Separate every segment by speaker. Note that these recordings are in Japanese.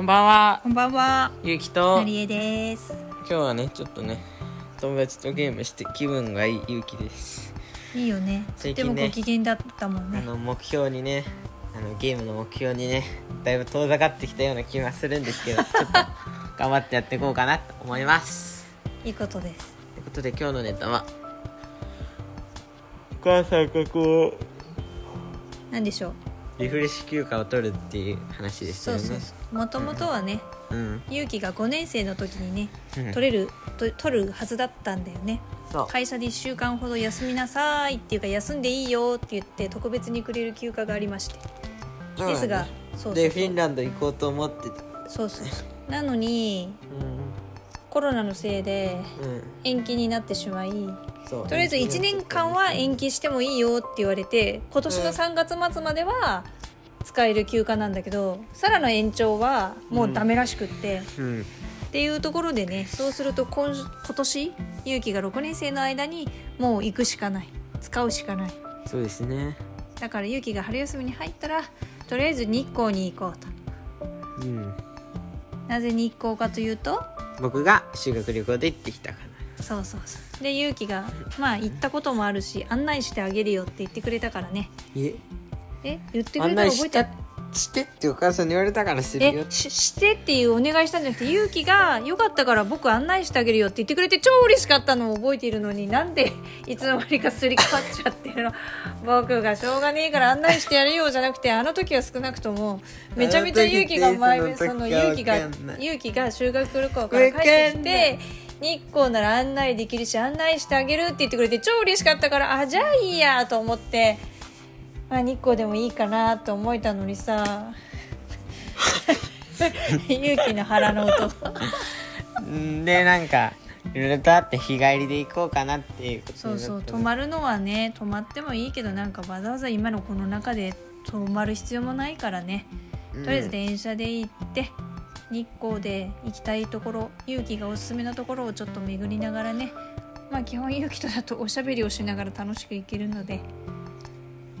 Speaker 1: んばんは
Speaker 2: こんばんは。
Speaker 1: ゆうきと
Speaker 2: なりえです。
Speaker 1: 今日はねちょっとね友達とゲームして気分がいいゆうきです、
Speaker 2: いいよね。
Speaker 1: 最
Speaker 2: で
Speaker 1: 近
Speaker 2: も
Speaker 1: ね
Speaker 2: ご機嫌だったもん
Speaker 1: あ
Speaker 2: ね。
Speaker 1: の目標にねあのゲームの目標にねだいぶ遠ざかってきたような気がするんですけ どちょっと頑張ってやっていこうかなと思います
Speaker 2: いいことです。
Speaker 1: ということで今日のネタはお母さんがこ
Speaker 2: なんでしょう。
Speaker 1: うリフレッシュ休暇を取るっていう話でした
Speaker 2: そ
Speaker 1: よ
Speaker 2: う
Speaker 1: ね
Speaker 2: そうそう。もともとはね、
Speaker 1: うん
Speaker 2: ゆうきが5年生の時にね
Speaker 1: うん、
Speaker 2: 取れる、と取るはずだったんだよね。
Speaker 1: そう
Speaker 2: 会社で1週間ほど休みなさいっていうか休んでいいよって言って特別にくれる休暇がありまして。
Speaker 1: そうなん
Speaker 2: ですが、そうそうそう
Speaker 1: でフィンランド行こうと思ってた
Speaker 2: そうそうそう。なのに
Speaker 1: う
Speaker 2: コロナのせい
Speaker 1: んう
Speaker 2: で
Speaker 1: ん
Speaker 2: 延期になってしまい。
Speaker 1: そう
Speaker 2: とりあえず1年間は延期してもいいよって言われて今年の3月末までは使える休暇なんだけどさらの延長はもうダメらしくって、
Speaker 1: うん
Speaker 2: っていうところでねそうすると今今年勇気が6年生の間にもう行くしかない使うしかない
Speaker 1: そうですね
Speaker 2: だから勇気が春休みに入ったらとりあえず日光に行こうと
Speaker 1: うん
Speaker 2: なぜ日光かというと
Speaker 1: 僕が修学旅行で行ってきたか
Speaker 2: そうそうそうで勇気がまあ行ったこともあるし案内してあげるよって言ってくれたからね
Speaker 1: らえ
Speaker 2: え言ってく
Speaker 1: 案
Speaker 2: れたら
Speaker 1: 内
Speaker 2: 覚
Speaker 1: し
Speaker 2: えて
Speaker 1: たしてってお母さんに言われたからするよ
Speaker 2: えししてっていうお願いしたんじゃなくて勇気が「よかったから僕案内してあげるよ」って言ってくれて超嬉しかったのを覚えているのになんで いつの間にかすり替わっちゃって るの僕がしょうがねえから案内してやるよじゃなくてあの時は少なくともめちゃめちゃ勇気が前目そ
Speaker 1: あの時っ
Speaker 2: の
Speaker 1: て
Speaker 2: 勇気が
Speaker 1: わかんない
Speaker 2: 勇気が修学旅行から帰って
Speaker 1: わかんな
Speaker 2: き
Speaker 1: い
Speaker 2: て。日光なら案内できるし案内してあげるって言ってくれて超嬉しかったからあじゃあいいやと思って、まあ、日光でもいいかなと思えたのに さ勇気の腹の音
Speaker 1: んでなんかいろいろとあって日帰りで行こうかなっていうことに
Speaker 2: そ
Speaker 1: なっ
Speaker 2: う
Speaker 1: た
Speaker 2: そう泊まるのはね泊まってもいいけどなんかわざわざ今のこの中で泊まる必要もないからね
Speaker 1: うん
Speaker 2: とりあえず電車で行って日光で行きたいところ勇気がおすすめのところをちょっと巡りながらねまあ基本勇気とだとおしゃべりをしながら楽しく行けるので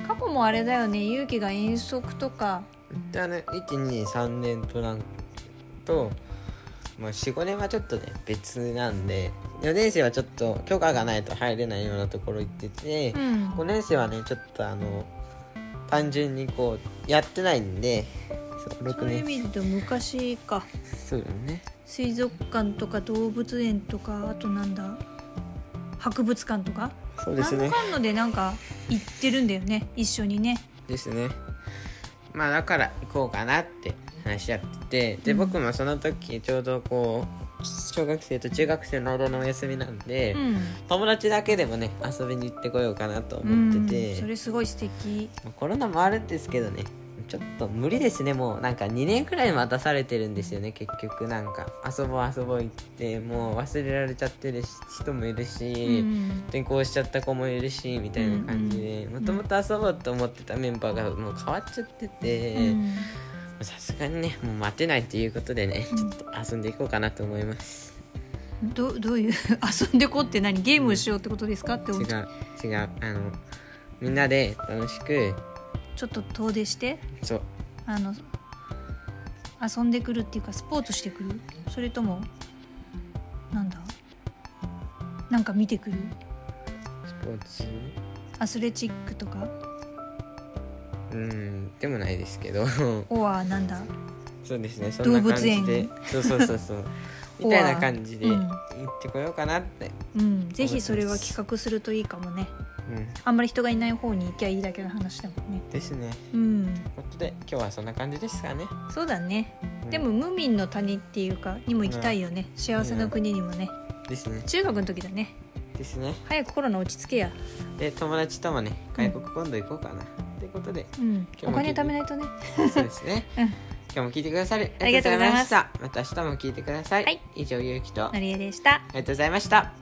Speaker 2: 過去もあれだよね勇気が遠足とか
Speaker 1: あの123年となんと、まあ、45年はちょっとね別なんで4年生はちょっと許可がないと入れないようなところ行ってて、
Speaker 2: うん
Speaker 1: 5年生はねちょっとあの単純にこうやってないんでそう
Speaker 2: そ
Speaker 1: 6
Speaker 2: ういう意
Speaker 1: 年
Speaker 2: 味で言うと昔か
Speaker 1: そうだよね
Speaker 2: 水族館とか動物園とかあとなんだ博物館とか
Speaker 1: そうで
Speaker 2: な
Speaker 1: す
Speaker 2: んだ
Speaker 1: ね
Speaker 2: かんだでなんか行ってるんだよね一緒にね
Speaker 1: ですねまあだから行こうかなって話し合っててで僕もその時ちょうどこう小学生と中学生の間のお休みなんで、
Speaker 2: うん、
Speaker 1: 友達だけでもね遊びに行ってこようかなと
Speaker 2: う
Speaker 1: 思っ
Speaker 2: ん
Speaker 1: てて、
Speaker 2: それすごい素敵
Speaker 1: まあコロナもあるんですけどねちょっと無理ですねもうなんか2年くらい待たされてるんですよね結局なんか遊ぼう遊ぼう行ってもう忘れられちゃってるし人もいるし、
Speaker 2: うん
Speaker 1: 転校しちゃった子もいるしみたいな感じでもともと遊ぼうと思ってたメンバーがもう変わっちゃってて
Speaker 2: うん
Speaker 1: さすがにねもう待てないっていうことでねちょっと遊んでいこうかなと思います、
Speaker 2: どどういう 遊んでこって何ゲームをしようってことですかって思っ
Speaker 1: 違
Speaker 2: ちゃう
Speaker 1: う違うあのみんなで楽しく
Speaker 2: ちょっと遠出して
Speaker 1: そう
Speaker 2: あの遊んでくるっていうかスポーツしてくるそれともなんだなんか見てくる
Speaker 1: スポーツ
Speaker 2: アスレチックとか
Speaker 1: うんでもないですけど
Speaker 2: オアなんだ
Speaker 1: そうですねそんな感じ
Speaker 2: 動物
Speaker 1: で
Speaker 2: 園
Speaker 1: そうそうそう そうみたいな感じで
Speaker 2: う
Speaker 1: 行
Speaker 2: ん
Speaker 1: ってこようかなって、
Speaker 2: うんぜひそれは企画するといいかもね
Speaker 1: うん、
Speaker 2: あんまり人がいない方に行きゃいいだけの話だもんね
Speaker 1: ですね
Speaker 2: うん
Speaker 1: ということで今日はそんな感じですかね、
Speaker 2: そうだね
Speaker 1: うん
Speaker 2: でも無民の谷っていうかにも行きたいよね幸せの国にもね
Speaker 1: ですね
Speaker 2: 中学の時だね
Speaker 1: ですね
Speaker 2: 早くコロナ落ち着けや
Speaker 1: で友達ともね外国今度行こうかな、ということ で
Speaker 2: うん
Speaker 1: 今日も聞いて
Speaker 2: お金貯めないとね
Speaker 1: そうですね、
Speaker 2: うん
Speaker 1: 今日も聞いてくださり
Speaker 2: ありがとうございます
Speaker 1: ありがとうございましたまた明日も聞いてください、
Speaker 2: はい
Speaker 1: 以上ゆうきとあ
Speaker 2: のりえでした
Speaker 1: りがとうございました